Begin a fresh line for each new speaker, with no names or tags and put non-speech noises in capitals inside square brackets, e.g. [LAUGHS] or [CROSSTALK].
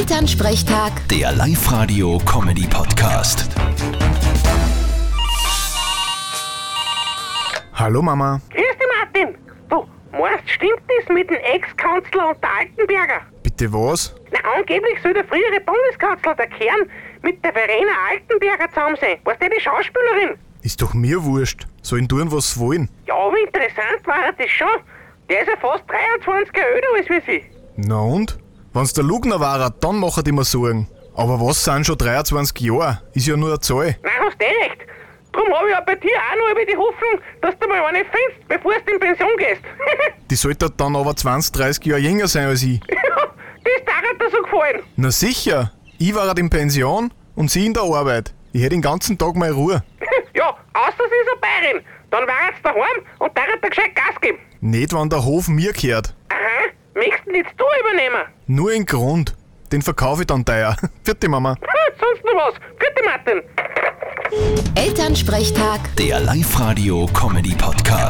Elternsprechtag,
Der Live-Radio-Comedy-Podcast.
Hallo Mama.
Grüß dich, Martin. Du, meinst, stimmt das mit dem Ex-Kanzler und der Altenberger?
Bitte was?
Na, angeblich soll der frühere Bundeskanzler, der Kern, mit der Verena Altenberger zusammen sein. Weißt du, die Schauspielerin?
Ist doch mir wurscht. Sollen tun, was sie wollen.
Ja, aber interessant war er das schon. Der ist ja fast 23 Jahre älter als wir sie.
Na und? Wenn's der Lugner war, dann macht immer Sorgen. Aber was sind schon 23 Jahre? Ist ja nur eine Zahl.
Nein, hast eh recht. Drum habe ich ja bei dir auch noch über die Hoffnung, dass du mal eine findest, bevor du in Pension gehst. [LAUGHS]
Die sollte dann aber 20, 30 Jahre jünger sein als ich.
ja, das darf dir so gefallen. [LAUGHS]
Na sicher. Ich war halt in Pension und sie in der Arbeit. Ich hätte den ganzen Tag mal Ruhe.
ja, außer sie ist eine Bayerin. Dann war er jetzt daheim und darf dir gescheit Gas geben.
Nicht, wann der Hof mir gehört.
Aha, möchtest du jetzt du übernehmen?
Nur in Grund. Den verkaufe ich dann teuer. [LAUGHS] Vierte Mama.
Sonst noch was. Gute Martin.
Elternsprechtag.
Der Live-Radio-Comedy-Podcast.